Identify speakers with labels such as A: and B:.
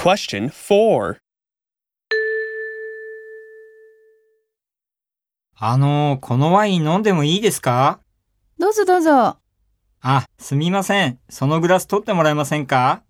A: Question 4.
B: あのー、このワイン飲んでもいいですか
C: どうぞどうぞ。
B: あ、すみません。そのグラス取ってもらえませんか